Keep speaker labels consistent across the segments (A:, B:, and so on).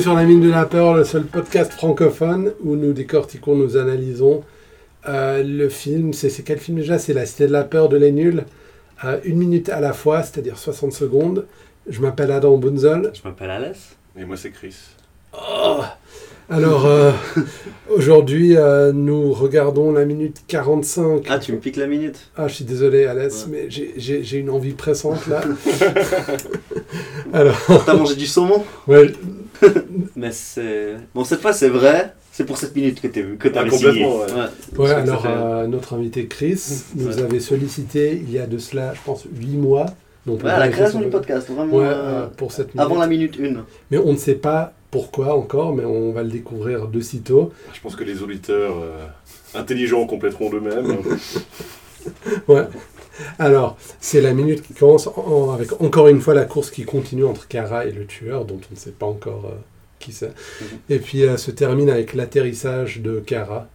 A: sur la mine de la peur, le seul podcast francophone où nous décortiquons, nous analysons euh, le film. C'est c'est quel film déjà C'est La Cité de la Peur de Les Nuls. Euh, une minute à la fois, c'est-à-dire 60 secondes. Je m'appelle Adam Bunzel.
B: Je m'appelle Alès.
C: Et moi, c'est Chris.
A: Alors, euh, aujourd'hui, euh, nous regardons la minute 45.
B: Ah, tu me piques la minute
A: Ah, je suis désolé, Alès,
B: Ouais.
A: mais j'ai- j'ai j'ai une envie pressante là. Alors,
B: T'as mangé du saumon
A: ouais,
B: Mais c'est... Bon, cette fois, c'est vrai. C'est pour cette minute que t'es vu, que t'as
C: Ah, complètement,
B: signé.
C: ouais.
A: Ouais,
B: Ça, ça
A: alors
B: fait- Mm.
A: euh, notre invité Chris nous
B: Ouais.
A: avait sollicité il y a de cela, je pense, 8 mois. Donc,
B: Ouais, à la création du podcast, vraiment.
A: Ouais,
B: euh,
A: euh, pour cette minute.
B: avant la minute 1.
A: Mais on ne sait pas pourquoi encore, mais on va le découvrir de sitôt.
C: Je pense que les auditeurs euh, intelligents compléteront d'eux-mêmes.
A: Alors, c'est la minute qui commence en- en- avec encore une fois la course qui continue entre Kara et le tueur, dont on ne sait pas encore euh, qui c'est.
B: Mm-hmm.
A: Et puis, euh, se termine avec l'atterrissage de Kara.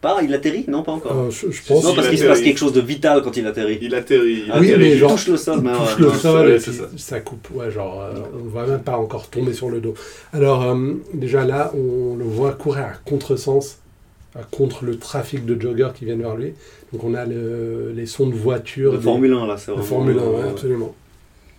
B: Pas, il atterrit Non, pas encore.
A: Euh, je, je pense.
B: non,
C: si,
B: parce
C: il
B: qu'il se passe
C: atterrit.
B: quelque chose de vital quand il atterrit.
C: il atterrit. il
B: Ah,
A: Oui,
C: atterrit.
A: mais
B: Il
A: genre-
B: touche le sol,
A: Il
B: mais euh,
A: touche
B: ouais,
A: le
B: ouais.
A: sol
C: ouais,
A: et
C: c'est
A: puis
C: ça.
A: ça coupe. Ouais, genre, euh, on va même pas encore tomber sur le dos. Alors, euh, déjà là, on le voit courir à contresens, euh, contre le trafic de joggers qui viennent vers lui. Donc, on a le- les sons de voiture.
B: De
A: des-
B: Formule 1, là, c'est
A: de
B: vraiment... Mhm.
A: Formule 1, ouais,
B: ouais.
A: absolument.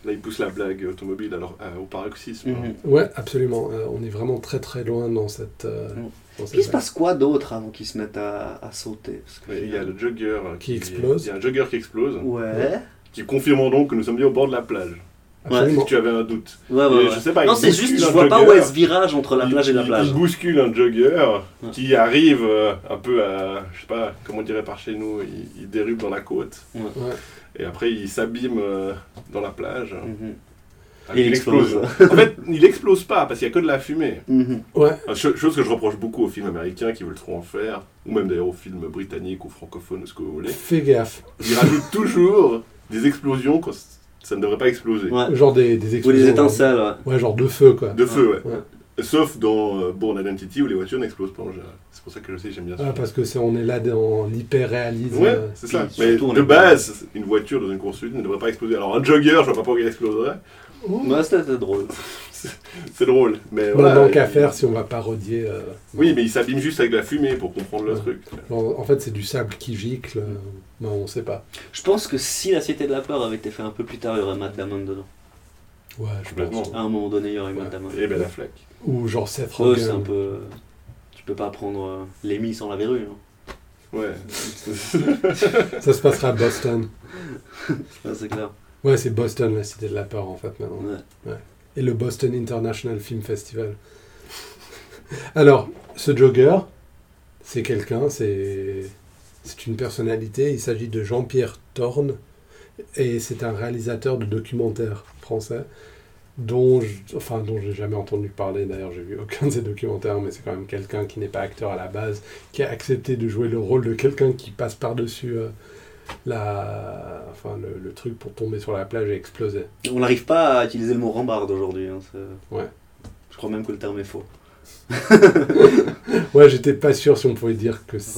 C: Là, il pousse la blague automobile alors, euh, au paroxysme.
B: Mhm.
A: Ouais, absolument. Euh, on est vraiment très très loin dans cette. euh,
B: Mm.
A: dans cette-
B: Il se passe quoi d'autre avant qu'ils se mettent à, à sauter Parce que-
C: Ouais, Il y a le jogger euh,
A: Qui explose.
C: Il y a un jogger qui explose,
B: Ouais.
C: qui confirmant donc que nous sommes bien au bord de la plage. Si
A: Absolument.
C: tu avais un doute.
B: Ah, Ouais, ouais,
C: Et
B: ouais.
C: je sais pas,
B: non,
C: il
B: c'est
C: bouscule
B: juste, je
C: un
B: vois pas
C: jogger.
B: où est ce virage entre la
C: Il-
B: plage et la
C: il-
B: plage.
C: Il bouscule un jogger
B: Ouais.
C: qui arrive euh, un peu à, je sais pas, comment on dirait par chez nous, il, il dérube dans la côte.
B: Ouais.
A: Ouais.
C: Et après, il s'abîme euh, dans la plage.
B: Mhm.
C: Avec
B: Et il
C: une
B: explose.
C: explosion. en fait, il explose pas parce qu'il y a que de la fumée.
B: Mhm.
A: Ouais,
C: Ah, cho- Chose que je reproche beaucoup aux films américains qui veulent trop en faire, ou même d'ailleurs aux films britanniques ou francophones, ce que vous voulez.
A: fais gaffe.
C: Ils rajoutent toujours des explosions quand c- ça ne devrait pas exploser.
B: Ouais.
A: Genre des, des
B: Ou
A: explosions. hein.
B: les étincelles, ouais.
A: Ouais, genre de feu quoi.
C: De feu, ouais.
A: Ouais.
C: Sauf dans euh, Born Identity où les voitures n'explosent pas en général. C'est pour ça que je sais, j'aime bien ça.
A: Ah, parce que c'est on est là dans euh, l'hyper réalisme.
C: Ouais, c'est ça.
B: puis
C: Mais
B: surtout, on
C: de
B: est-
C: base, une voiture dans une poursuite ne devrait pas exploser. Alors un jogger, je vois pas pourquoi il exploserait.
B: Ouais, c'était drôle.
C: C'est drôle. Mais
A: On a
C: voilà.
A: donc à
C: il-
A: faire si on va parodier. euh,
C: Oui, mais il s'abîme juste avec la fumée pour comprendre le
A: Ouais.
C: truc.
A: genre, en fait, c'est du sable qui gicle. euh, Non, on sait pas.
B: Je pense que si la Cité de la Peur avait été fait un peu plus tard, il y aurait Matt Damon dedans.
A: Ouais, je
C: Complètement.
A: pense.
B: À un moment donné, il y aurait
A: Ouais.
B: Matt Damon.
C: Et ben la flaque.
A: Ou genre Seth
B: Ouais, c'est
A: Rogen.
B: un peu. euh, Tu peux pas prendre euh, l'émi sans la verrue. hein.
C: Ouais.
A: Ça se passera à Boston.
B: Ouais, c'est clair.
A: Ouais, c'est Boston, la cité de la peur en fait maintenant.
B: Ouais.
A: et le Boston International Film Festival. Alors, ce jogger, c'est quelqu'un, c'est c'est une personnalité. Il s'agit de Jean-Pierre Thorne et c'est un réalisateur de documentaires français dont je, enfin dont j'ai jamais entendu parler d'ailleurs j'ai vu aucun de ses documentaires mais c'est quand même quelqu'un qui n'est pas acteur à la base qui a accepté de jouer le rôle de quelqu'un qui passe par dessus la enfin le, le truc pour tomber sur la plage et exploser
B: On n'arrive pas à utiliser le mot rambarde aujourd'hui. hein, c'est-
A: Ouais.
B: Je crois même que le terme est faux.
A: Ouais, j'étais pas sûr si on pouvait dire que c'est-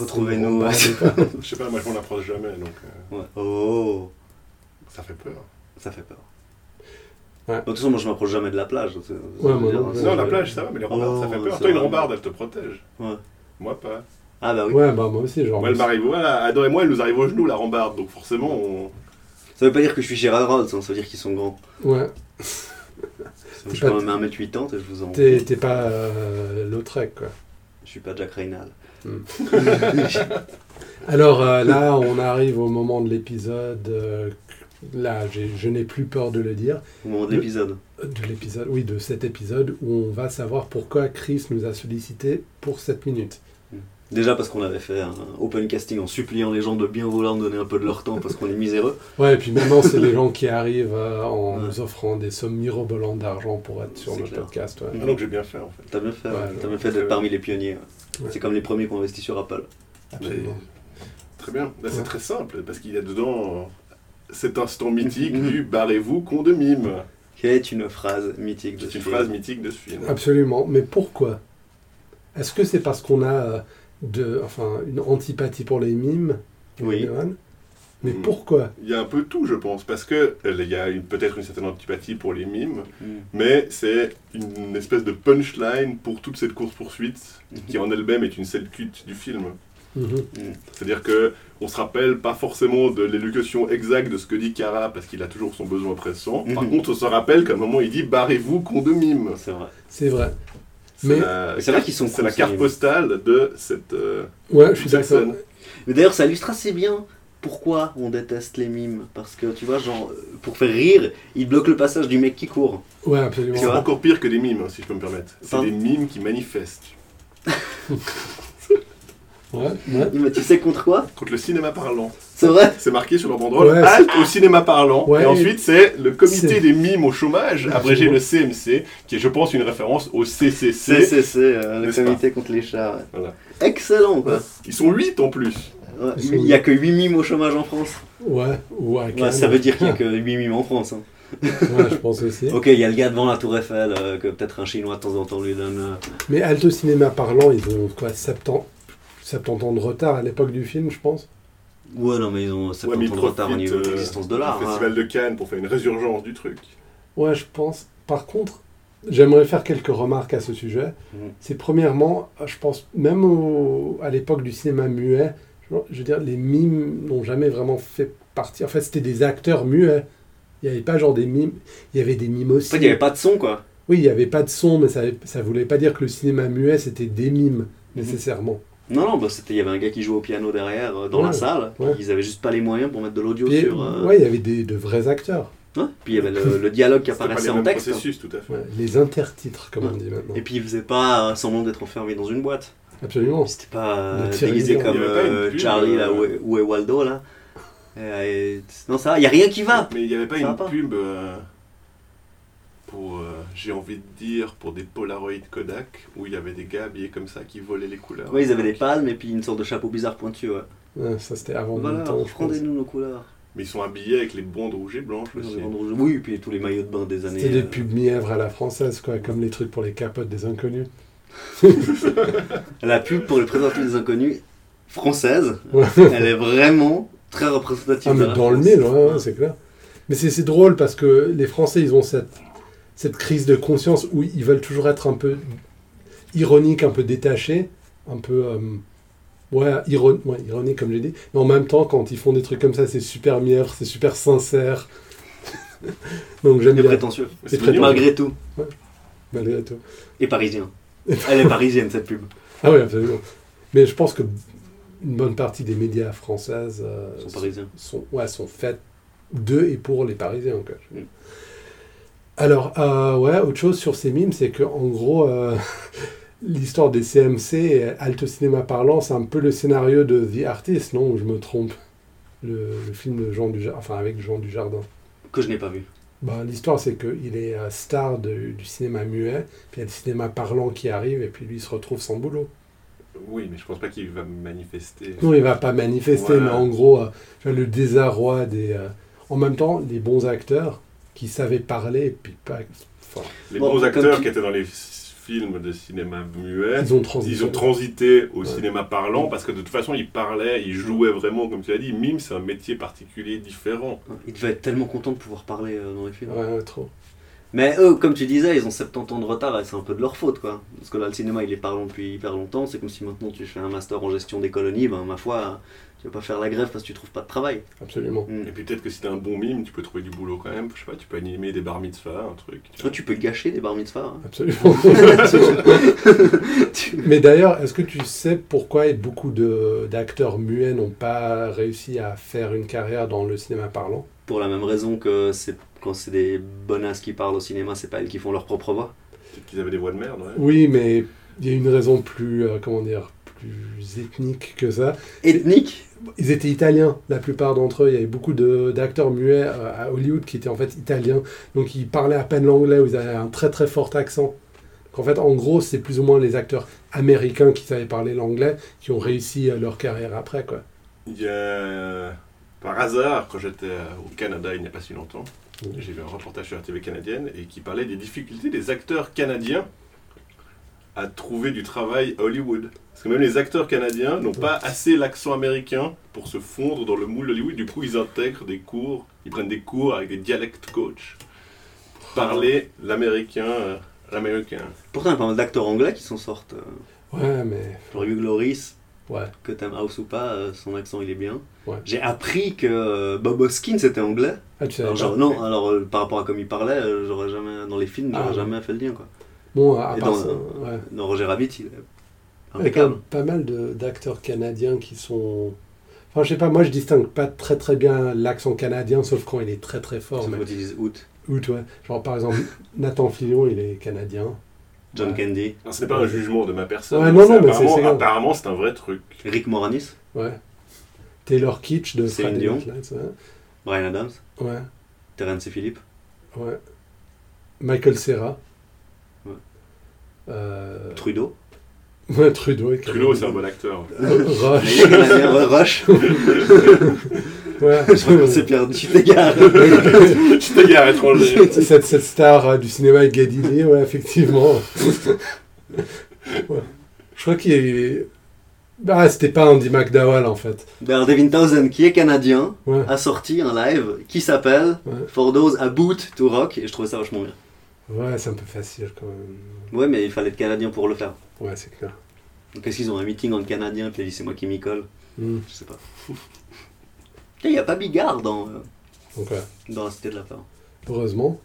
A: on
B: Retrouvez-nous.
A: parlait pas.
C: Je sais pas, moi je m'en approche jamais, donc euh,
B: Ouais. Oh,
C: ça fait peur.
B: ça fait peur.
A: Ouais.
B: De toute façon, moi je m'approche jamais de la plage. c'est-
A: Ouais, moi non
B: c'est-
A: plus.
B: hein, c'est-
C: Non, la plage ça va, mais les rambardes
B: Oh,
C: ça fait peur.
B: ça
C: Toi, une
B: va.
C: rambarde elle te protège.
B: Ouais.
C: Moi pas.
B: Ah bah oui.
A: Ouais, bah moi aussi, genre.
C: Moi elle
A: mais-
C: m'arrive, voilà, Adam et moi elle nous arrive au genou la rambarde, donc forcément on.
A: Mm.
B: Ça veut pas dire que je suis Gérard Rolls, hein, ça veut dire qu'ils sont grands.
A: ouais,
B: Je suis
A: pas-
B: quand même 1m80 et je vous en.
A: t'es t'es pas euh, Lautrec, quoi.
B: Je suis pas Jack Reynal.
A: Alors euh, là, on arrive au moment de l'épisode. euh, là, j'ai- je n'ai plus peur de le dire.
B: Au moment de l'épisode.
A: Euh, De l'épisode, oui, de cet épisode où on va savoir pourquoi Chris nous a sollicité pour cette minute.
B: Déjà parce qu'on avait fait un open casting en suppliant les gens de bien vouloir nous donner un peu de leur temps parce qu'on est miséreux.
A: Ouais, et puis maintenant, c'est les gens qui arrivent euh, en
B: Ouais.
A: nous offrant des sommes mirobolantes d'argent pour être sur
B: C'est
A: le
B: clair.
A: podcast. ouais.
C: Ah, donc j'ai bien fait en fait.
B: T'as bien fait,
A: Ouais,
B: ouais.
A: ouais.
B: t'as bien fait d'être parmi les pionniers. ouais.
A: Ouais.
B: C'est comme les premiers qui ont investi sur Apple.
A: Absolument.
C: Très bien. Là,
A: Ouais.
C: c'est très simple, parce qu'il y a dedans euh, cet instant mythique
A: Mm.
C: du barrez-vous qu'on de mime.
B: Quelle est une phrase mythique de
C: C'est
B: ce
C: une
B: film
C: phrase mythique de ce film.
A: Ah. Absolument, mais pourquoi Est-ce que c'est parce qu'on a euh, de, enfin, une antipathie pour les mimes
B: Oui.
A: Léon Mais
C: Mm.
A: pourquoi
C: Il y a un peu tout, je pense, parce que euh, il y a une- peut-être une certaine antipathie pour les mimes, mais c'est une espèce de punchline pour toute cette course-poursuite
A: Mm-hmm.
C: qui en elle-même est une scène culte du film.
A: Mhm.
C: C'est-à-dire que on se rappelle pas forcément de l'élocution exacte de ce que dit Kara parce qu'il a toujours son besoin pressant. Par
B: Mhm.
C: contre, on se rappelle qu'à un moment il dit barrez-vous qu'on de mime.
B: C'est vrai.
A: C'est vrai.
C: C'est
A: Mais-
C: la-
B: C'est vrai qu'ils sont
C: c'est la
B: cons,
C: carte
B: ces
C: postale de cette euh,
A: Ouais, Ah, je suis d'accord.
C: personne.
B: Mais d'ailleurs, ça illustre assez bien pourquoi on déteste les mimes. Parce que tu vois, genre, euh, pour faire rire, ils bloquent le passage du mec qui court.
A: Ouais,
C: Et
A: absolument.
C: C'est
B: vrai.
C: encore pire que des mimes, hein, si je peux me permettre. C'est
B: Enfin-
C: des mimes qui manifestent
A: Ouais, ouais.
B: Mais tu sais contre quoi
C: contre le cinéma parlant.
B: C'est vrai
C: C'est marqué sur leur banderole
A: Ouais,
C: halte au cinéma parlant.
A: Ouais.
C: et ensuite, c'est le comité
A: C'est-
C: des mimes au chômage, abrégé
A: Absolument.
C: le CMC, qui est, je pense, une référence au
B: C'est,
C: CCC.
B: c'est, c'est, euh, le
C: N'est-ce pas
B: comité contre les chats. ouais.
C: Voilà.
B: Excellent quoi.
C: Ils sont 8 en plus.
B: Ouais,
A: Ils sont-
B: Il n'y a que 8 mimes au chômage en France.
A: Ouais, ou à
B: Ouais,
A: Cannes.
B: ça veut dire qu'il n'y a que 8 mimes en France. hein.
A: Ouais, je pense aussi.
B: Ok, il y a le gars devant la Tour Eiffel, euh, que peut-être un Chinois de temps en temps lui donne. euh,
A: Mais Alto Cinéma parlant, ils ont quoi 70, 70 ans de retard à l'époque du film, je pense.
B: Ouais, non, mais ils ont
C: Ouais,
B: 70
C: mais ils
B: ans de retard au
C: profitent,
B: niveau de
C: euh,
B: l'existence de
C: Le
B: l'art. hein.
C: Festival de Cannes pour faire une résurgence du truc.
A: Ouais, je pense. Par contre, j'aimerais faire quelques remarques à ce sujet.
B: Mhm.
A: C'est premièrement, je pense, même au- à l'époque du cinéma muet, je je veux dire, les mimes n'ont jamais vraiment fait partie. En fait, c'était des acteurs muets. Il n'y avait pas genre des mimes. Il y avait des mimes
B: En
A: aussi.
B: fait, il n'y avait pas de son quoi.
A: Oui, il n'y avait pas de son, mais ça ne voulait pas dire que le cinéma muet, c'était des
B: Mhm.
A: mimes, nécessairement.
B: Non, non, bah, c'était, il y avait un gars qui jouait au piano derrière euh, dans la
A: Ouais,
B: salle.
A: ouais.
B: Ils avaient juste pas les moyens pour mettre de l'audio
A: Puis,
B: sur. euh,
A: ouais, il y avait des, de vrais acteurs.
B: ouais. Puis il y avait le, le dialogue qui
C: C'était pas
B: apparaissait
C: les
B: en
C: mêmes
B: texte. hein.
C: processus, tout à fait.
A: Ouais, les intertitres, comme on dit maintenant.
B: Et puis il faisait pas euh, semblant d'être enfermé dans une boîte.
A: Absolument.
B: C'était pas
A: De
B: euh,
A: tirer
B: déguisé
A: des
B: comme
C: Il y avait pas une
B: euh,
C: pub,
B: Charlie là,
C: euh,
B: où est, où est Waldo là. Euh, et- Non, ça va, y a rien qui va.
C: Ah, Mais il n'y avait pas
B: Ça va
C: une
B: pas.
C: pub euh, pour, euh, j'ai envie de dire, pour des Polaroid Kodak, où il y avait des gars habillés comme ça qui volaient les couleurs.
B: Ouais, ils avaient des palmes et puis une sorte de chapeau bizarre pointu. Ouais.
A: Ouais, ça, c'était avant
B: Voilà,
A: mon temps, je pense.
B: rendez-nous nos couleurs.
C: Mais ils sont habillés avec les bandes rouges et blanches aussi.
B: Oui, et puis tous les maillots de bain des années.
A: C'était des
B: euh,
A: pubs mièvres à la française, quoi, comme les trucs pour les capotes des inconnus.
B: euh, La pub pour les présenter des inconnus française,
A: Ouais.
B: elle est vraiment très représentative.
A: Ah,
B: de
A: mais
B: la
A: dans le
B: France.
A: mille, ouais, ouais, c'est clair. Mais c'est c'est drôle parce que les Français, ils ont cette, cette crise de conscience où ils veulent toujours être un peu ironiques, un peu détachés, un peu. euh, ouais, iron- ouais, ironique, comme j'ai dit. Mais en même temps, quand ils font des trucs comme ça, c'est super mièvre, c'est super sincère. Donc j'aime
B: Elle est
A: bien,
B: prétentieuse,
C: Mais
A: C'est
C: c'est
A: très
C: mignon.
B: malgré tout.
A: malgré tout.
B: Et parisien. Elle est parisienne, cette pub.
A: Ah oui, absolument. Mais je pense que une bonne partie des médias françaises euh,
B: Ils sont parisiens.
A: sont, ouais, sont faites de et pour les Parisiens. quoi.
B: Mm.
A: Alors, euh, ouais, autre chose sur ces mimes, c'est que en gros, euh, l'histoire des CMC et Alto Cinéma Parlant, c'est un peu le scénario de The Artist, non Ou je me trompe le, le film de Jean Dujardin, enfin avec Jean Dujardin.
B: Que je n'ai pas vu.
A: Ben, L'histoire, c'est qu'il est euh, star de- du cinéma muet, puis il y a le cinéma parlant qui arrive, et puis lui, il se retrouve sans boulot.
C: Oui, mais je pense pas qu'il va manifester.
A: Non, il va pas manifester,
C: Voilà.
A: mais en gros, euh, tu vois, le désarroi des. euh, en même temps, les bons acteurs qui savaient parler, et puis pas. enfin,
C: Les
B: Bon,
C: bons
B: comme
C: acteurs
B: tu-
C: qui étaient dans les s- films de cinéma muet,
A: ils ont transitionné.
C: ils ont transité au
A: Ouais.
C: cinéma parlant parce que de toute façon, ils parlaient, ils jouaient vraiment, comme tu l'as dit. Mime, c'est un métier particulier différent.
B: Il devait être tellement content de pouvoir parler euh, dans les films.
A: Ouais, ouais, trop.
B: Mais eux, comme tu disais, ils ont 70 ans de retard et c'est un peu de leur faute, quoi. Parce que là, le cinéma, il est parlant depuis hyper longtemps. C'est comme si maintenant tu fais un master en gestion des colonies, ben ma foi, tu vas pas faire la grève parce que tu trouves pas de travail.
A: Absolument.
B: Mm.
C: Et puis peut-être que si t'es un bon mime, tu peux trouver du boulot quand même. Je sais pas, tu peux animer des bar mitzvahs, un truc. tu vois.
B: Toi, tu peux gâcher des bar mitzvahs. hein.
A: Absolument.
B: Tu-
A: mais d'ailleurs, est-ce que tu sais pourquoi beaucoup de- d'acteurs muets n'ont pas réussi à faire une carrière dans le cinéma parlant
B: Pour la même raison que c'est quand c'est des bonasses qui parlent au cinéma, c'est pas elles qui font leur propre voix.
C: Peut-être qu'ils avaient des voix de merde, ouais.
A: Oui, mais il y a une raison plus. euh, comment dire plus ethnique que ça.
B: Ethnique
A: Ils étaient italiens, la plupart d'entre eux. Il y avait beaucoup de- d'acteurs muets euh, à Hollywood qui étaient en fait italiens. Donc ils parlaient à peine l'anglais ou ils avaient un très très fort accent. Donc en fait, en gros, c'est plus ou moins les acteurs américains qui savaient parler l'anglais qui ont réussi euh, leur carrière après. quoi.
C: Il y a, euh, par hasard, quand j'étais euh, au Canada il n'y a pas si longtemps, j'ai vu un reportage sur la TV canadienne et qui parlait des difficultés des acteurs canadiens à trouver du travail à Hollywood. Parce que même les acteurs canadiens n'ont pas assez l'accent américain pour se fondre dans le moule Hollywood. Du coup, ils intègrent des cours, ils prennent des cours avec des dialectes coach. pour Parler l'américain, euh, l'américain.
B: Pourtant, il y a pas mal d'acteurs anglais qui s'en sortent. euh,
A: Ouais, mais.
B: Genre Hugh Loris,
A: Ouais.
B: que t'aimes House ou pas, euh, son accent il est bien.
A: Ouais.
B: J'ai appris que euh, Bob Hoskins était anglais.
A: Ah, tu savais
B: Alors,
A: pas
B: genre, non, alors euh, par rapport à comme il parlait, euh, j'aurais jamais, dans les films, j'aurais
A: Ah, ouais.
B: jamais fait le lien quoi.
A: Bon, à
B: Et
A: part
B: dans,
A: ça.
B: euh,
A: ouais.
B: dans Roger Rabbit, il
A: Il y
B: est
A: a quand
B: impeccable.
A: même pas mal de- d'acteurs canadiens qui sont. Enfin, je sais pas, moi je distingue pas très très bien l'accent canadien, sauf quand il est très très fort.
B: C'est
A: Oh, mais-
B: quand ils disent out.
A: Ou tu vois, genre par exemple, Nathan Fillion, il est canadien.
B: John
A: Ouais.
B: Candy,
C: Non, ce n'est pas un jugement de ma personne.
A: Ouais, non,
C: c'est
A: non, mais c'est-
C: apparemment,
A: c'est-
C: apparemment, c'est un vrai truc.
B: Rick Moranis,
A: Ouais. Taylor Kitsch de
B: Céline
A: Friday
B: Dion.
A: Night Lights, ouais.
B: Brian Adams,
A: ouais.
B: Terence et Philippe.
A: Ouais. Michael Serra.
B: Ouais.
A: Euh,
B: Trudeau.
A: ouais, Trudeau. est
C: Trudeau, c'est un bon acteur.
A: canadien.
B: Mais
A: Rush.
B: il est canadien, ouais, euh, Rush.
A: Ouais.
B: Je crois qu'on s'est perdu, tu t'égares.
C: Tu t'es gars à l'étranger.
A: cette, cette star euh, du cinéma est Gadini, ouais, effectivement. Ouais. Je crois qu'il est... Ah, c'était pas Andy McDowell, en fait.
B: Alors, Devin Townsend, qui est canadien,
A: Ouais.
B: a sorti un live qui s'appelle
A: Ouais.
B: For Those A Boot to Rock, et je trouvais ça vachement bien.
A: Ouais, c'est un peu facile, quand même.
B: Ouais, mais il fallait être canadien pour le faire.
A: Ouais, c'est clair.
B: Donc, Qu'est-ce qu'ils ont un meeting entre canadiens, puis ils disent, c'est moi qui m'y colle
A: Hmm.
B: Je sais pas. Il n'y a pas Bigard dans, euh,
A: Donc, ouais.
B: dans la Cité de la Peur.
A: Heureusement.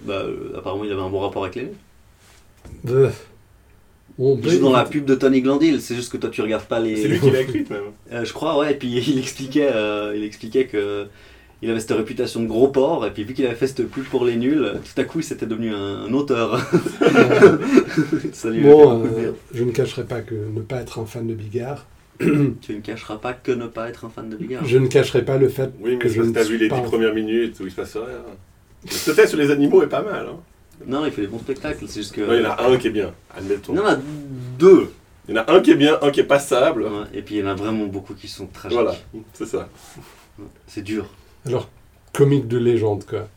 B: Bah, euh, apparemment, il avait un bon rapport avec les livres.
A: Euh, On
B: Il joue dans la pub de Tony Glandil, c'est juste que toi, tu regardes pas les.
C: C'est lui qui l'a écrite, même.
B: Euh, je crois, ouais. Et puis il expliquait, euh, il expliquait que il avait cette réputation de gros porc. Et puis vu qu'il avait fait cette pub pour les nuls, euh, tout à coup, il s'était devenu un, un auteur.
A: Euh,
B: Ça lui avait fait
A: Bon,
B: beaucoup de
A: euh,
B: bien.
A: je ne cacherai pas que ne pas être un fan de Bigard,
B: Tu ne cacheras pas que ne pas être un fan de Bigard.
A: je ne cacherai pas le fait
C: Oui, mais
A: que
C: c'est
A: je
C: parce
A: ne
C: que t'as
A: suis
C: vu les
A: pas
C: dix
A: un-
C: premières minutes où il se passe rien. Ce test sur les animaux est pas mal. Hein.
B: Non, il fait des bons spectacles. C'est juste que.
C: Non, il y en a un qui est bien, admettons.
B: Il y en a deux.
C: Il y en a un qui est bien, un qui est passable.
B: Ouais, et puis il y en a vraiment beaucoup qui sont tragiques.
C: Voilà, c'est ça.
B: Ouais, C'est dur.
A: Alors, comique de légende, quoi.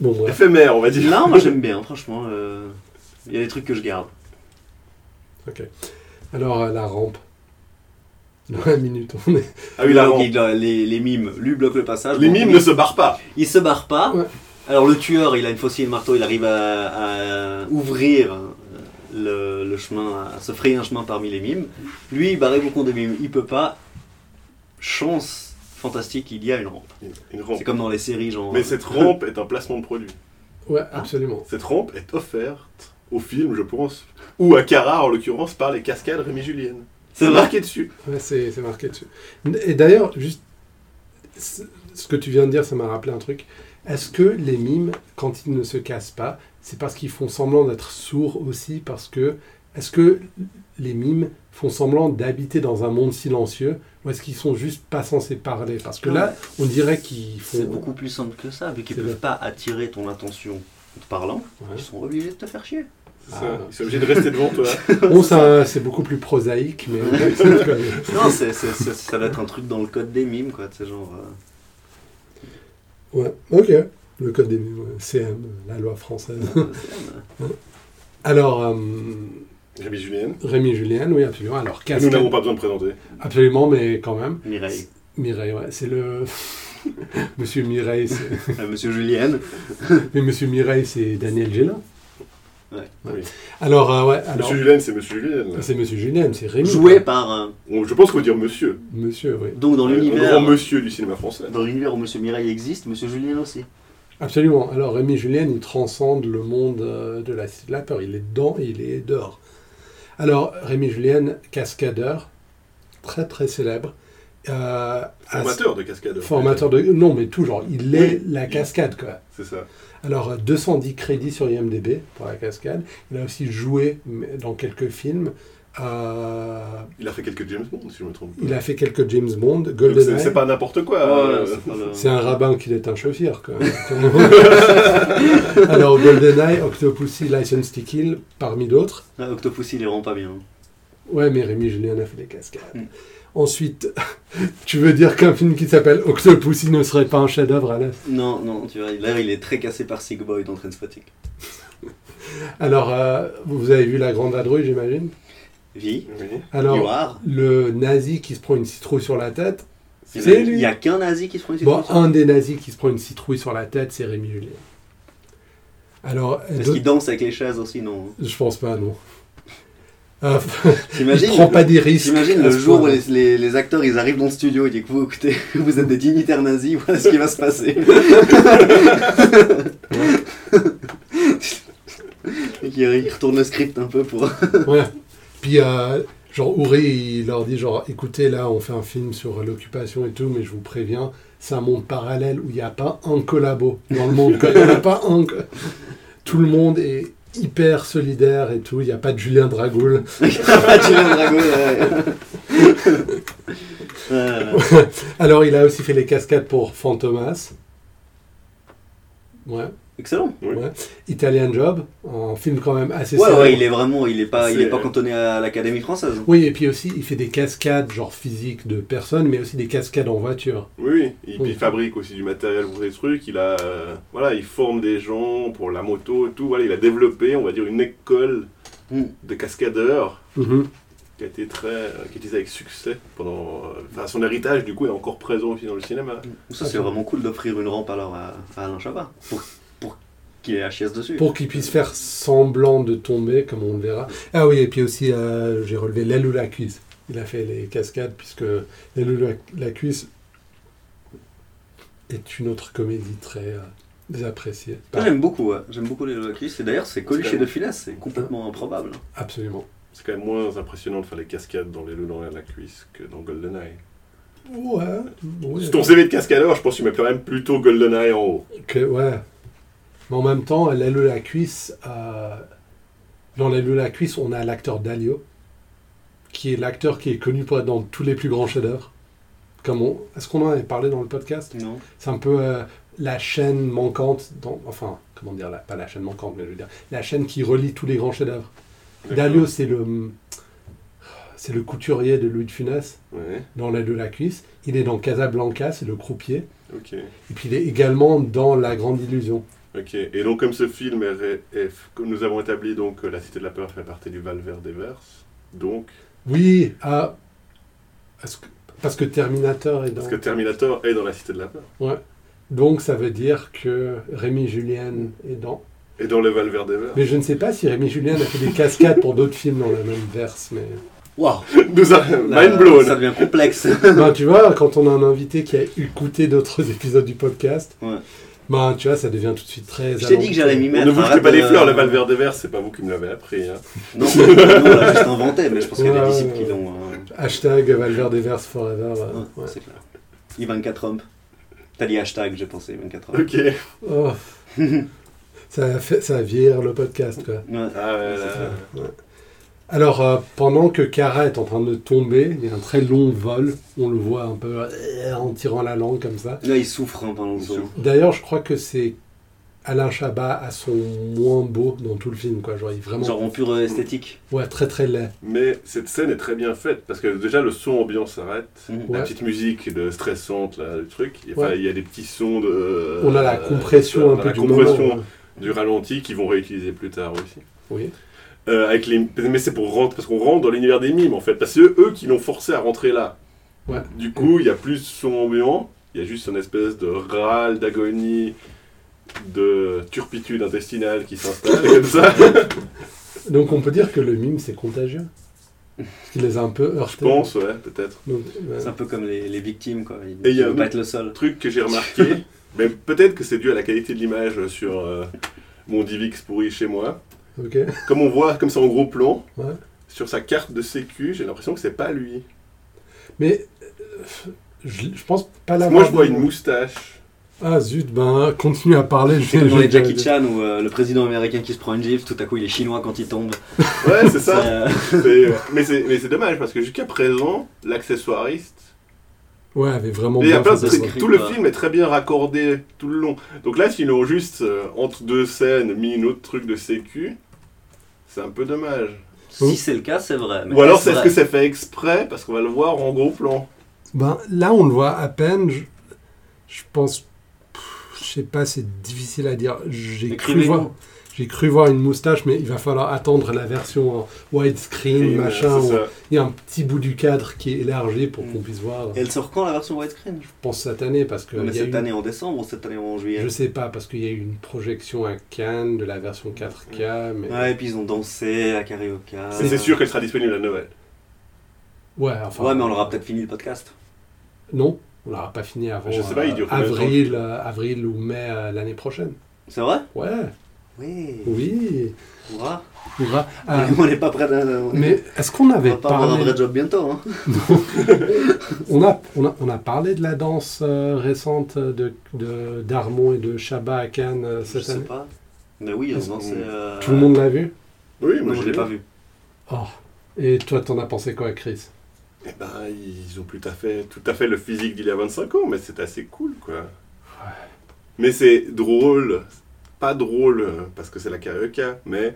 A: Bon, bref.
C: Éphémère, on va dire.
B: Non, moi j'aime bien, franchement. euh, Il y a des trucs que je garde.
A: Alors, euh, la rampe. Dans la minute, on est.
C: Ah oui, la
B: Ok,
C: rampe.
B: là, les, les mimes, lui bloque le passage.
C: Les
B: Bon,
C: mimes
B: lui,
C: ne se barrent pas.
B: Il se barre pas.
A: Ouais.
B: Alors le tueur, il a une faucille et un marteau, il arrive à, à ouvrir euh, le, le chemin, à se frayer un chemin parmi les mimes. Lui, barré au con des mimes, il peut pas. Chance fantastique, il y a une rampe.
C: Une
B: C'est
C: rampe.
B: comme dans les séries, genre. euh,
C: Mais cette rampe est un placement de produit.
A: Ouais, absolument.
C: Cette rampe est offerte au film, je pense, ou à Cara en l'occurrence, par les cascades Rémi Julienne.
B: C'est
C: C'est
B: vrai.
C: marqué dessus.
A: Ouais, c'est c'est marqué dessus. Et d'ailleurs, juste. c- Ce que tu viens de dire, ça m'a rappelé un truc. Est-ce que les mimes, quand ils ne se cassent pas, c'est parce qu'ils font semblant d'être sourds aussi Parce que. Est-ce que les mimes font semblant d'habiter dans un monde silencieux Ou est-ce qu'ils sont juste pas censés parler Parce que là, on dirait qu'ils font.
B: C'est beaucoup plus simple que ça, vu qu'ils
A: C'est
B: peuvent
A: vrai.
B: pas attirer ton attention en te parlant,
A: Ouais.
B: ils sont obligés de te faire chier.
C: C'est
A: Ah.
C: ça. Ils sont obligés de rester devant toi.
A: Bon, ça, c'est beaucoup plus prosaïque, mais.
B: Non, c'est, c'est- c'est- ça doit être un truc dans le code des mimes, quoi. C'est genre. euh,
A: ouais, ok. Le code des mimes, ouais. CM, la loi française.
B: euh,
A: Alors, euh,
C: Rémi Julienne.
A: Rémi Julien, oui, absolument. Alors,
C: Nous
A: cascade.
C: n'avons pas besoin de présenter.
A: Absolument, mais quand même.
B: Mireille,
A: Mireille, ouais, c'est le. Monsieur Mireille, c'est-
B: Euh, Monsieur Julien,
A: mais Monsieur Mireille, c'est Daniel Gélin.
B: Ouais.
C: Oui.
A: Alors, euh, ouais, alors.
C: Monsieur Julienne, c'est Monsieur Julienne.
A: C'est Monsieur Julien, c'est Rémi.
B: joué par un
C: On- Je pense qu'on va dire monsieur. Euh,
A: Monsieur, oui.
B: Donc Euh, dans
C: Un
B: l'univers,
C: grand monsieur du cinéma français.
B: dans l'univers où Monsieur Mireille existe, Monsieur Julien aussi.
A: Absolument. Alors, Rémi Julien, il transcende le monde euh, de la, de la peur. Il est dedans et il est dehors. Alors, Rémi Julien, cascadeur, très très célèbre. euh, à-
C: Formateur de cascadeur.
A: formateur de. Non, mais tout genre. Il est la
C: il-
A: cascade, quoi.
C: C'est ça.
A: Alors, euh, 210 crédits sur IMDB pour la cascade. Il a aussi joué mais, dans quelques films. Euh,
C: Il a fait quelques James Bond, si je me trompe.
A: il a fait quelques James Bond,
C: Donc c'est- C'est
A: GoldenEye.
C: pas n'importe quoi. euh,
B: Ouais, Ah, c'est pas le-
A: C'est un rabbin qui est un chauffeur. quand même. Alors, GoldenEye, Octopussy, License to Kill, parmi d'autres.
B: Ah, Octopussy, il est vraiment pas bien.
A: Ouais, mais Rémi Julien a fait des cascades.
C: Hmm.
A: Ensuite, tu veux dire qu'un film qui s'appelle Octopus, il ne serait pas un chef-d'œuvre à la...
B: Non, non, tu vois, là il est très cassé par Sick Boy dans Trainspotting.
A: Alors, euh, vous avez vu La Grande Vadrouille, j'imagine
B: Vie,
C: Oui.
B: you
A: Alors,
B: are.
A: le nazi qui se prend une citrouille sur la tête,
B: Il
A: c'est
B: n'y
A: lui.
B: a qu'un nazi qui se prend une
A: Bon,
B: situation.
A: un des nazis qui se prend une citrouille sur la tête, c'est Rémi Julien. Alors,
B: Parce
A: d'autres-
B: qu'il danse avec les chaises aussi, non hein.
A: je pense pas, non. Euh, il
B: T'imagines
A: prend pas des risques.
B: T'imagines
A: à
B: le
A: ce
B: jour où
A: point-là.
B: les, les- les acteurs ils arrivent dans le studio et disent que vous écoutez, vous êtes des dignitaires nazis, voilà ce qui va se passer. et qui ils retournent le script un peu pour.
A: Ouais. Puis, euh, genre, Ouri, il leur dit, genre, écoutez, là, on fait un film sur l'occupation et tout, mais je vous préviens, c'est un monde parallèle où il n'y a pas un collabo dans le monde. Il n'y a pas un... co- Tout le monde est hyper solidaire et tout. Il n'y a pas de Julien Dragoul.
B: Julien Drago, ouais. Voilà.
A: Alors, il a aussi fait les cascades pour Fantomas. Ouais.
B: Excellent.
A: Italian Job, un film quand même assez
B: Ouais,
A: célèbre.
B: ouais, il est vraiment, il est pas, il est
C: C'est-
B: pas cantonné à l'Académie française.
A: Oui, et puis aussi, il fait des cascades, genre physiques de personnes, mais aussi des cascades en voiture.
C: Oui, oui. Il, puis
A: Oui.
C: il fabrique aussi du matériel pour des trucs. Il a, euh, voilà, il forme des gens pour la moto et tout. Voilà, il a développé, on va dire, une école
B: Mm.
C: de cascadeurs
B: Mhm.
C: qui a été très, euh, qui a été avec succès pendant. euh, Enfin, son héritage du coup est encore présent aussi dans le cinéma.
B: Ça c'est vraiment cool d'offrir une rampe alors à, à Alain Chabat pour, pour qu'il ait la chiasse dessus.
A: Pour qu'ils puissent faire semblant de tomber, comme on le verra. Ah oui, et puis aussi, euh, j'ai relevé l'aile ou la cuisse. Il a fait les cascades, puisque l'aile ou la, la cuisse est une autre comédie très euh, désappréciée.
B: Moi,
A: Pas-
B: Ah, J'aime beaucoup, ouais. j'aime beaucoup les Locusts. Et d'ailleurs, c'est Coluche
C: C'est
B: et De Funès, c'est complètement improbable.
A: absolument.
C: C'est quand même moins impressionnant de faire les cascades dans les Lelons à la cuisse que dans GoldenEye.
A: Ouais. ouais.
C: Si ton CV de cascadeur, je pense que tu mets quand même plutôt GoldenEye en haut.
A: Que, ouais. Mais en même temps, l'aile ou la cuisse, euh, dans l'aile ou la cuisse, on a l'acteur Dalio, qui est l'acteur qui est connu pour être dans tous les plus grands chefs-d'œuvre. Comme on- Est-ce qu'on en avait parlé dans le podcast
B: Non.
A: C'est un peu euh, la chaîne manquante, dans, enfin, comment dire, la- pas la chaîne manquante, mais je veux dire, la chaîne qui relie tous les grands chefs-d'œuvre. Dalio, c'est le, c'est le couturier de Louis de Funès
C: Ouais,
A: dans l'aile ou la cuisse. Il est dans Casablanca, c'est le croupier.
C: ok.
A: Et puis il est également dans La Grande Illusion.
C: Ok, et donc comme ce film est, ré- est- comme nous avons établi donc euh, la Cité de la Peur fait partie du Valverdeverse, donc
A: Oui, ah, parce, que, parce que Terminator est dans.
C: parce que Terminator est dans la Cité de la Peur
A: Donc ça veut dire que Rémi Julien est dans.
C: et dans le Valverdeverse.
A: Mais je ne sais pas si Rémi Julien a fait des cascades pour d'autres films dans la même verse. Mais
B: Waouh
C: nous a
B: Là,
C: mind blown.
B: Ça devient complexe.
A: Ben, tu vois, quand on a un invité qui a écouté d'autres épisodes du podcast,
B: Ouais.
A: ben, tu vois, ça devient tout de suite très.
B: Je t'ai dit que j'allais
A: alambiqué.
B: m'y
C: On
B: mettre. euh,
C: ne vous jetez
B: arrête
C: pas
B: de-
C: des fleurs, le Valverdeverse, c'est pas vous qui me l'avez appris. hein.
B: Non, non, on l'a juste inventé, mais je pense qu'il y a des
A: Ouais,
B: disciples
A: ouais,
B: qui
A: ouais.
B: l'ont. hein.
A: Hashtag Valverde Verse Forever.
B: Ouais,
A: ouais.
B: C'est clair. I24 Trump. T'as dit hashtag, j'ai pensé, 24 Trump.
C: Ok.
A: Oh. ça, fait, ça vire le podcast, quoi.
B: Ouais.
C: Ah, ouais,
B: C'est
C: là.
B: ça.
A: Alors, euh, pendant que Kara est en train de tomber, il y a un très long vol. On le voit un peu euh, en tirant la langue comme ça.
B: Là, il souffre hein, pendant le
C: Il
B: son.
C: souffre.
A: D'ailleurs, je crois que c'est Alain Chabat à son moins beau dans tout le film. Quoi. Genre, il est vraiment
B: Genre en pure esthétique.
A: ouais, très très laid.
C: Mais cette scène est très bien faite parce que déjà le son ambiant s'arrête.
B: Mhm.
A: Ouais.
C: La petite musique de stressante, là, le truc. Il y a- enfin,
A: Ouais.
C: il y a des petits sons de.
A: On a la
C: euh,
A: compression
C: on
A: un
C: a
A: peu
C: la
A: du
C: compression
A: moment.
C: du ralenti qu'ils vont réutiliser plus tard aussi.
A: Oui.
C: Euh, avec les... Mais c'est pour rentrer, parce qu'on rentre dans l'univers des mimes en fait, parce que c'est eux qui l'ont forcé à rentrer là.
A: Ouais.
C: Du coup, il y a plus de son ambiant, il y a juste une espèce de râle, d'agonie, de turpitude intestinale qui s'installe comme ça.
A: Donc, on peut dire que le mime, c'est contagieux. Parce qu'il les a un peu heurtés.
C: Je pense, ouais, peut-être.
A: Donc, euh, ouais.
B: C'est un peu comme les, les victimes, quoi. Il
C: Et il y a
B: ne
C: un-
B: pas être le seul.
C: Un truc que j'ai remarqué, mais peut-être que c'est dû à la qualité de l'image sur euh, mon Divix pourri chez moi.
A: Ok.
C: Comme on voit, comme ça en gros plan,
A: Ouais.
C: sur sa carte de sécu, j'ai l'impression que c'est pas lui.
A: Mais euh, je, je pense pas la
C: Moi, je vois une moustache.
A: Ah zut, ben continue à parler.
B: C'est comme dans
A: je-
B: les
A: je-
B: Jackie Chan où euh, le président américain qui se prend une gifle, tout à coup il est chinois quand il tombe.
C: Ouais, c'est ça.
B: C'est, euh,
C: C'est- mais c'est mais c'est dommage parce que jusqu'à présent, l'accessoiriste.
A: Ouais, avait vraiment
C: Et Il y a
A: bien
C: plein de
A: fait
B: ça,
C: trucs.
B: ça.
C: Tout le
B: Ouais.
C: film est très bien raccordé tout le long. Donc là, s'ils l'ont juste euh, entre deux scènes mis une autre truc de sécu, c'est un peu dommage.
A: Ouh.
B: Si c'est le cas, c'est vrai. mais
C: Ou alors,
B: est-ce
C: c'est ce
B: vrai
C: que c'est fait exprès Parce qu'on va le voir en gros plan.
A: Ben, là, on le voit à peine. Je, je pense. pff, Je sais pas, c'est difficile à dire. J'ai cru,
B: Écrivez-nous.
A: voir, j'ai cru voir une moustache, mais il va falloir attendre la version en widescreen,
C: Et, euh,
A: machin.
C: c'est
A: où
C: ça.
A: Il y a un petit bout du cadre qui est élargi pour qu'on puisse voir.
B: Et elle sort quand la version widescreen
A: Je pense cette année, parce que.
B: Non, mais
A: il Euh, y a
B: Cette
A: eu-
B: année en décembre ou cette année en juillet
A: Je sais pas, parce qu'il y a eu une projection à Cannes de la version 4K, mais...
B: Ouais, et puis ils ont dansé à Carioca.
C: Et c'est sûr qu'elle sera disponible à Noël.
A: Ouais, enfin...
B: Ouais, mais on aura peut-être fini le podcast.
A: Non, on l'aura pas fini avant
C: Je sais pas, il dure combien de temps,
A: avril, euh, avril ou mai euh, l'année prochaine.
B: C'est vrai
A: Ouais,
B: Oui.
A: Oh. oui,
B: Hurrah.
A: hurrah. Ah,
B: on n'est pas prêt d'un.
A: mais est-ce qu'on
B: On
A: avait
B: va pas avoir un
A: parlé...
B: vrai job bientôt. Hein.
A: On a, on, a, on a parlé de la danse euh, récente de, de d'Armon et de Chabat à Cannes euh,
B: Je
A: cette
B: sais
A: année
B: pas. Mais oui,
C: Est-ce
B: non,
C: qu'on-
B: c'est. euh,
A: Tout le monde l'a vu
C: Oui,
B: Non, je l'ai pas vu.
A: Oh. Et toi, t'en as pensé quoi, Chris
C: Eh ben, ils ont tout à fait, tout à fait le physique d'il y a 25 ans, mais c'est assez cool, quoi. Mais c'est drôle, pas drôle euh, parce que c'est la carioca, mais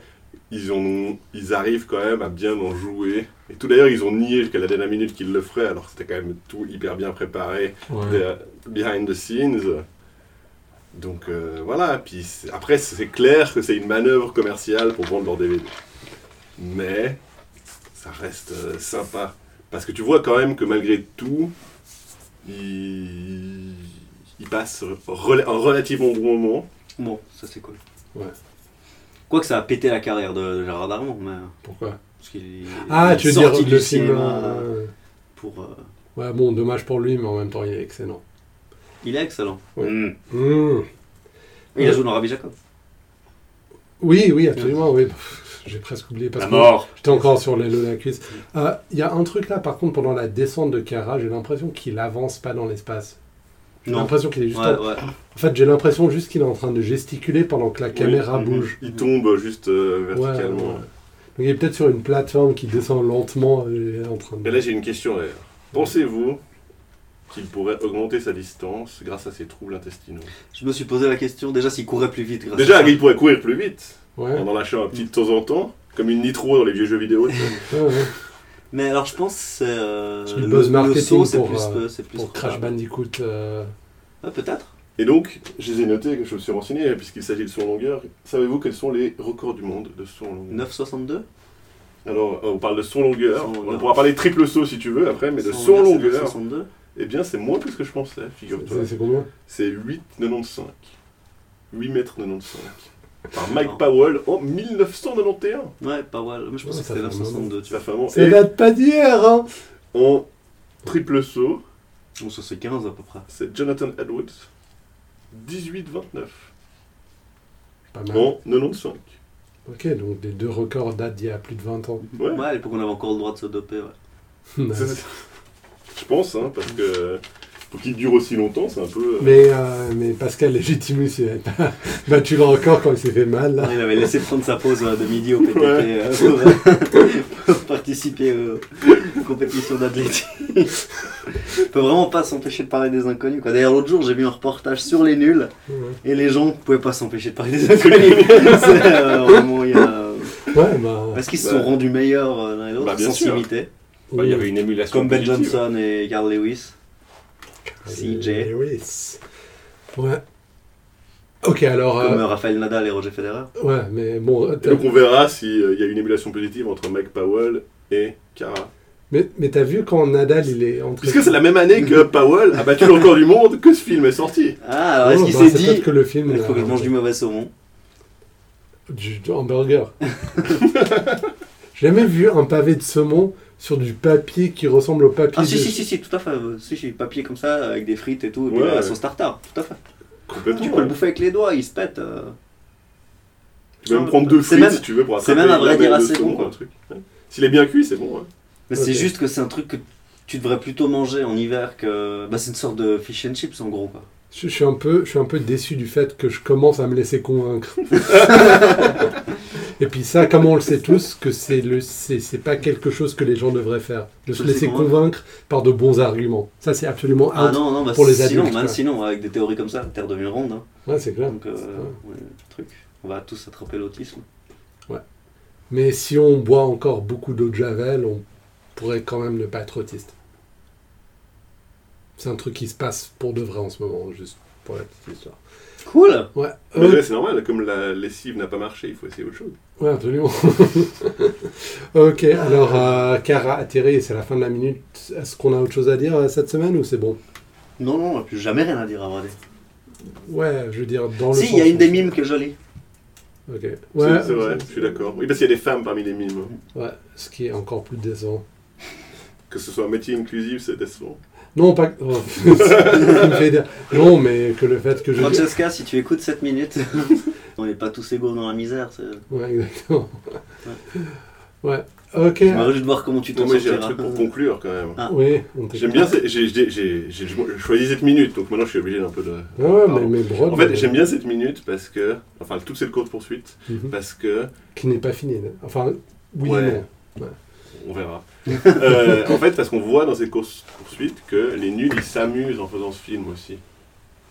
C: ils, en ont, ils arrivent quand même à bien en jouer. Et tout d'ailleurs, ils ont nié qu'à la dernière minute qu'ils le feraient, alors que c'était quand même tout hyper bien préparé, euh, behind the scenes. Donc euh, voilà, puis c'est- après, c'est clair que c'est une manœuvre commerciale pour vendre leur DVD. Mais ça reste euh, sympa. Parce que tu vois quand même que malgré tout, il, il passe rela- un relativement bon moment.
B: Bon, ça c'est cool.
A: Ouais.
B: Quoique ça a pété la carrière de de Gérard Darmon, mais. euh,
A: Pourquoi
B: Parce qu'il il
A: Ah,
B: est
A: tu veux
B: sorti
A: dire
B: du
A: le film...
B: cinéma
A: euh,
B: pour. euh,
A: Ouais, bon, dommage pour lui, mais en même temps, il est excellent.
B: Il est excellent.
A: Ouais.
C: Mm.
A: Mmh.
B: Il a joué dans Rabbi Jacob.
A: Oui, oui, absolument, oui. Pff, J'ai presque oublié parce
C: La
A: que
C: mort
A: j'étais encore sur les Lola Chris. Euh, Il y a un truc là, par contre, pendant la descente de Kara, j'ai l'impression qu'il avance pas dans l'espace. J'ai
B: Non.
A: l'impression qu'il est
B: Ouais,
A: juste en-
B: ouais.
A: En fait, j'ai l'impression juste qu'il est en train de gesticuler pendant que la caméra
C: Oui.
A: bouge.
C: Il tombe juste euh,
A: Ouais,
C: verticalement.
A: ouais. Donc il est peut-être sur une plateforme qui descend lentement et est en train de.
C: Et là, j'ai une question d'ailleurs. Pensez-vous qu'il pourrait augmenter sa distance grâce à ses troubles intestinaux
B: Je me suis posé la question déjà s'il courait plus vite. grâce à
C: Déjà,
B: ça.
C: il pourrait courir plus vite
A: Ouais,
C: en en lâchant un petit de temps en temps, comme une nitro dans les vieux jeux vidéo. tu sais.
A: ouais, ouais.
B: Mais alors je pense que c'est. euh,
A: C'est du buzz marketing
B: saut, c'est
A: pour,
B: plus,
A: euh,
B: euh, c'est plus
A: Pour Crash
B: probable.
A: Bandicoot. euh,
B: Ouais, Peut-être.
C: Et donc, je les ai notés, que je me suis renseigné, puisqu'il s'agit de son longueur. Savez-vous quels sont les records du monde de son
A: Mm.
C: longueur
B: 9,62
C: Alors, euh, on parle de son longueur.
B: Son
C: On
B: longueur.
C: pourra parler triple saut si tu veux après, mais de
B: Son
C: son
B: c'est
C: longueur,
B: 9,62.
C: eh bien, c'est moins que ce que je pensais, figure-toi.
A: c'est- C'est combien
C: C'est 8,95. 8 mètres 95. Par Mike
B: Non.
C: Powell en 1991.
B: Ouais, pas mal. Mais je pensais
A: Ouais,
B: que
A: ça
B: c'était
A: fait un moment.
B: 9,62. Tu
C: Ça fait vraiment.
A: Ça
C: Et
A: date pas d'hier, hein
C: en triple saut,
B: vois. Bon, ça c'est 15 à peu près.
C: c'est Jonathan Edwards. 18,29.
A: Pas mal.
C: En 95.
A: Ok, donc les deux records datent d'il y a plus de 20 ans.
C: Ouais.
B: Ouais, à l'époque on avait encore le droit de se doper. Ouais.
C: C'est- Je pense, hein, parce que pour qu'il dure aussi longtemps, c'est un peu. euh,
A: mais, euh, mais Pascal Légitimus, il avait pas battu le record quand il s'est fait mal, là.
B: Ouais, il avait laissé prendre sa pause euh, de midi au PTT
C: Ouais.
B: euh, pour, euh, pour participer aux aux compétitions d'athlétisme. On peut vraiment pas s'empêcher de parler des inconnus. quoi. D'ailleurs, l'autre jour, j'ai vu un reportage sur les nuls
A: Ouais,
B: et les gens pouvaient pas s'empêcher de parler des inconnus. C'est, euh, vraiment, il y a-
A: Ouais, bah.
B: Parce qu'ils se
C: Bah.
B: sont rendus meilleurs euh, l'un et l'autre,
C: Bah, bien
B: sans
C: sûr.
B: s'imiter.
C: bah, il y avait une émulation.
B: Comme Ben
C: positive.
B: Johnson et Carl Lewis. CJ.
A: Lewis. Ouais. Ok, alors. euh,
B: Comme euh, Raphaël Nadal et Roger Federer.
A: Ouais, mais bon,
C: Et
A: t'as-
C: donc on verra s'il y a une émulation positive entre Mike Powell et Cara.
A: mais, mais t'as vu quand Nadal il est entré.
C: Puisque c'est la même année que Powell a battu le record du monde que ce film est sorti.
B: Ah, alors est-ce
A: Oh,
B: qu'il
A: bah,
B: s'est
A: c'est
B: dit
A: peut-être que le film.
B: il faut que je
A: euh,
B: mange du mauvais saumon
A: du- du hamburger. J'ai jamais vu un pavé de saumon sur du papier qui ressemble au papier.
B: Ah, si,
A: de-
B: si, si, si, tout à fait. euh, Si, si, papier comme ça, avec des frites et tout, et puis
C: Ouais. Bah,
B: la sauce tartare, tout à fait.
C: Complètement.
B: Tu peux le bouffer avec les doigts, il se pète. euh.
C: Tu peux même prendre deux
B: C'est
C: frites
B: même-
C: si tu veux pour
B: c'est
C: attraper
B: même à
C: la
B: vrai
C: mer
B: dire
C: de
B: assez
C: saumon,
B: bon, quoi.
C: un truc. Ouais. S'il est bien cuit, c'est bon. hein.
B: Mais
A: Ok.
B: c'est juste que c'est un truc que tu devrais plutôt manger en hiver que. Bah, c'est une sorte de fish and chips en gros, quoi.
A: Je, je suis un peu, je suis un peu déçu du fait que je commence à me laisser convaincre. Et puis ça, comme on le sait tous, que c'est le, c'est c'est pas quelque chose que les gens devraient faire. De se
B: Se laisser
A: laisser convaincre par de bons arguments. Ça, c'est absolument
B: Ah
A: out.
B: non, non, bah,
A: pour les
B: sinon,
A: adultes,
B: man,
A: quoi.
B: sinon, avec des théories comme ça, la Terre devient ronde. hein.
A: Ouais, c'est clair.
B: Donc, euh,
A: Ouais.
B: ouais, truc. On va tous attraper l'autisme.
A: Mais si on boit encore beaucoup d'eau de Javel, on pourrait quand même ne pas être autiste. C'est un truc qui se passe pour de vrai en ce moment, juste pour la petite histoire.
B: Cool
A: Ouais,
C: Mais
A: euh,
C: ouais, c'est normal, comme la lessive n'a pas marché, il faut essayer autre chose.
A: ouais, absolument. ok, alors, euh, Cara atterri, c'est la fin de la minute. Est-ce qu'on a autre chose à dire euh, cette semaine ou c'est bon
B: Non, non, on n'a plus jamais rien à dire à Bradé.
A: Ouais, je veux dire, dans le.
B: Si, il
A: sens
B: y a une
A: où-
B: des mimes qui est jolie.
A: Ok.
C: c'est c'est vrai, je suis d'accord. Oui, parce qu'il y a des femmes parmi les mimes. hein.
A: Ouais, ce qui est encore plus décevant.
C: Que ce soit un métier inclusif, c'est décevant.
A: Non, pas. oh, ce qui me fait dire- Non, mais que le fait que je.
B: Francesca, si tu écoutes cette minute, on n'est pas tous égaux dans la misère. c'est-
A: Ouais, exactement. Ouais. Ok.
B: On va juste voir comment tu
C: Non,
B: t'en
C: moi, j'ai un
B: sortiras.
C: truc pour conclure quand même.
B: Ah.
A: Oui, on t'écoute.
C: J'aime bien, ces- j'ai j'ai- j'ai- j'ai choisi cette minute, donc maintenant je suis obligé d'un peu de.
A: Ouais, ouais, mais,
C: Pardon.
A: mais Brod,
C: En fait,
A: euh,
C: j'aime bien cette minute parce que. Enfin, toute cette courte poursuite,
A: mhm,
C: parce que.
A: Qui n'est pas fini. non. Enfin, oui et
C: Ouais.
A: non.
C: On verra. Euh, en fait, parce qu'on voit dans cette course poursuite que les nuls, ils s'amusent en faisant ce film aussi.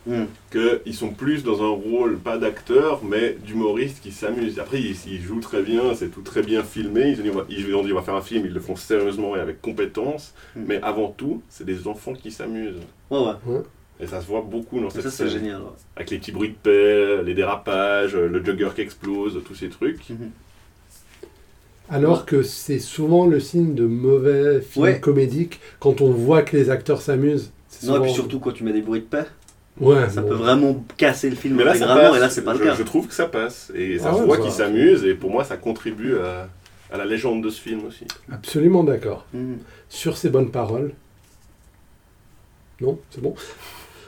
B: Hmm.
C: Qu'ils sont plus dans un rôle, pas d'acteur, mais d'humoriste qui s'amuse. Après, ils, ils jouent très bien, c'est tout très bien filmé. Ils ont, dit, on va- ils ont dit, on va faire un film, ils le font sérieusement et avec compétence.
B: Hmm.
C: Mais avant tout, c'est des enfants qui s'amusent.
B: Ouais, ouais.
C: Et ça se voit beaucoup dans cette
B: Ça, c'est
C: scène.
B: génial. ouais.
C: Avec les petits bruits de paix, les dérapages, le jogger qui explose, tous ces trucs.
A: Alors que c'est souvent le signe de mauvais films
B: Ouais.
A: comédiques quand on voit que les acteurs s'amusent. C'est
B: Non, et puis
A: souvent-
B: surtout quand tu mets des bruits de paix,
A: Ouais,
B: ça
A: bon.
B: peut vraiment casser le film
C: Mais là, ça
B: intégralement,
C: passe.
B: et là, c'est pas le
C: je,
B: cas.
C: je trouve que ça passe. Et ça
A: Ah
C: se
A: ouais,
C: voit
A: ça
C: qu'ils
A: va.
C: s'amusent. Et pour moi, ça contribue à, à la légende de ce film aussi.
A: Absolument d'accord.
B: Mhm.
A: Sur ces bonnes paroles. Non, c'est bon.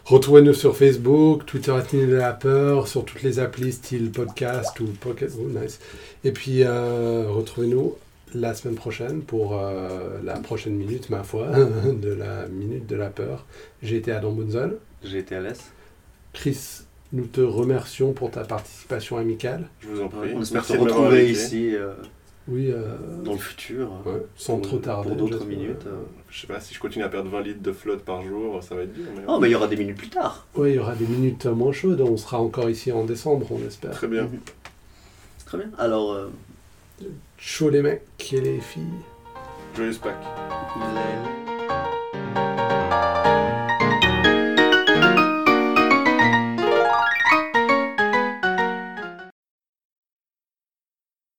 A: Retrouvez-nous sur Facebook, Twitter à de la peur, sur toutes les applis style podcast ou pocket. oh, nice. Et puis, euh, retrouvez-nous la semaine prochaine pour euh, la prochaine minute, ma foi, de la minute de la peur. J'ai été Adam Bunzel.
B: J'ai été à l'aise.
A: Chris, nous te remercions pour ta participation amicale.
C: Je vous en prie.
B: On espère
C: Merci
B: te
C: de m'avoir
B: retrouver
C: invité.
B: ici euh,
A: Oui, euh,
B: dans le futur.
A: ouais, sans
B: pour-
A: trop tarder.
B: Pour d'autres
A: j'espère.
B: minutes. euh.
C: Je sais pas, si je continue à perdre 20 litres de flotte par jour, ça va être dur. Mais...
B: Oh, mais il y aura des minutes plus tard.
A: Oui, il y aura des minutes moins chaudes. On sera encore ici en décembre, on espère.
C: Très bien.
B: C'est Très bien. Alors, euh,
A: Chaud les mecs et les filles.
C: Joyeuse Pâques.
B: il est-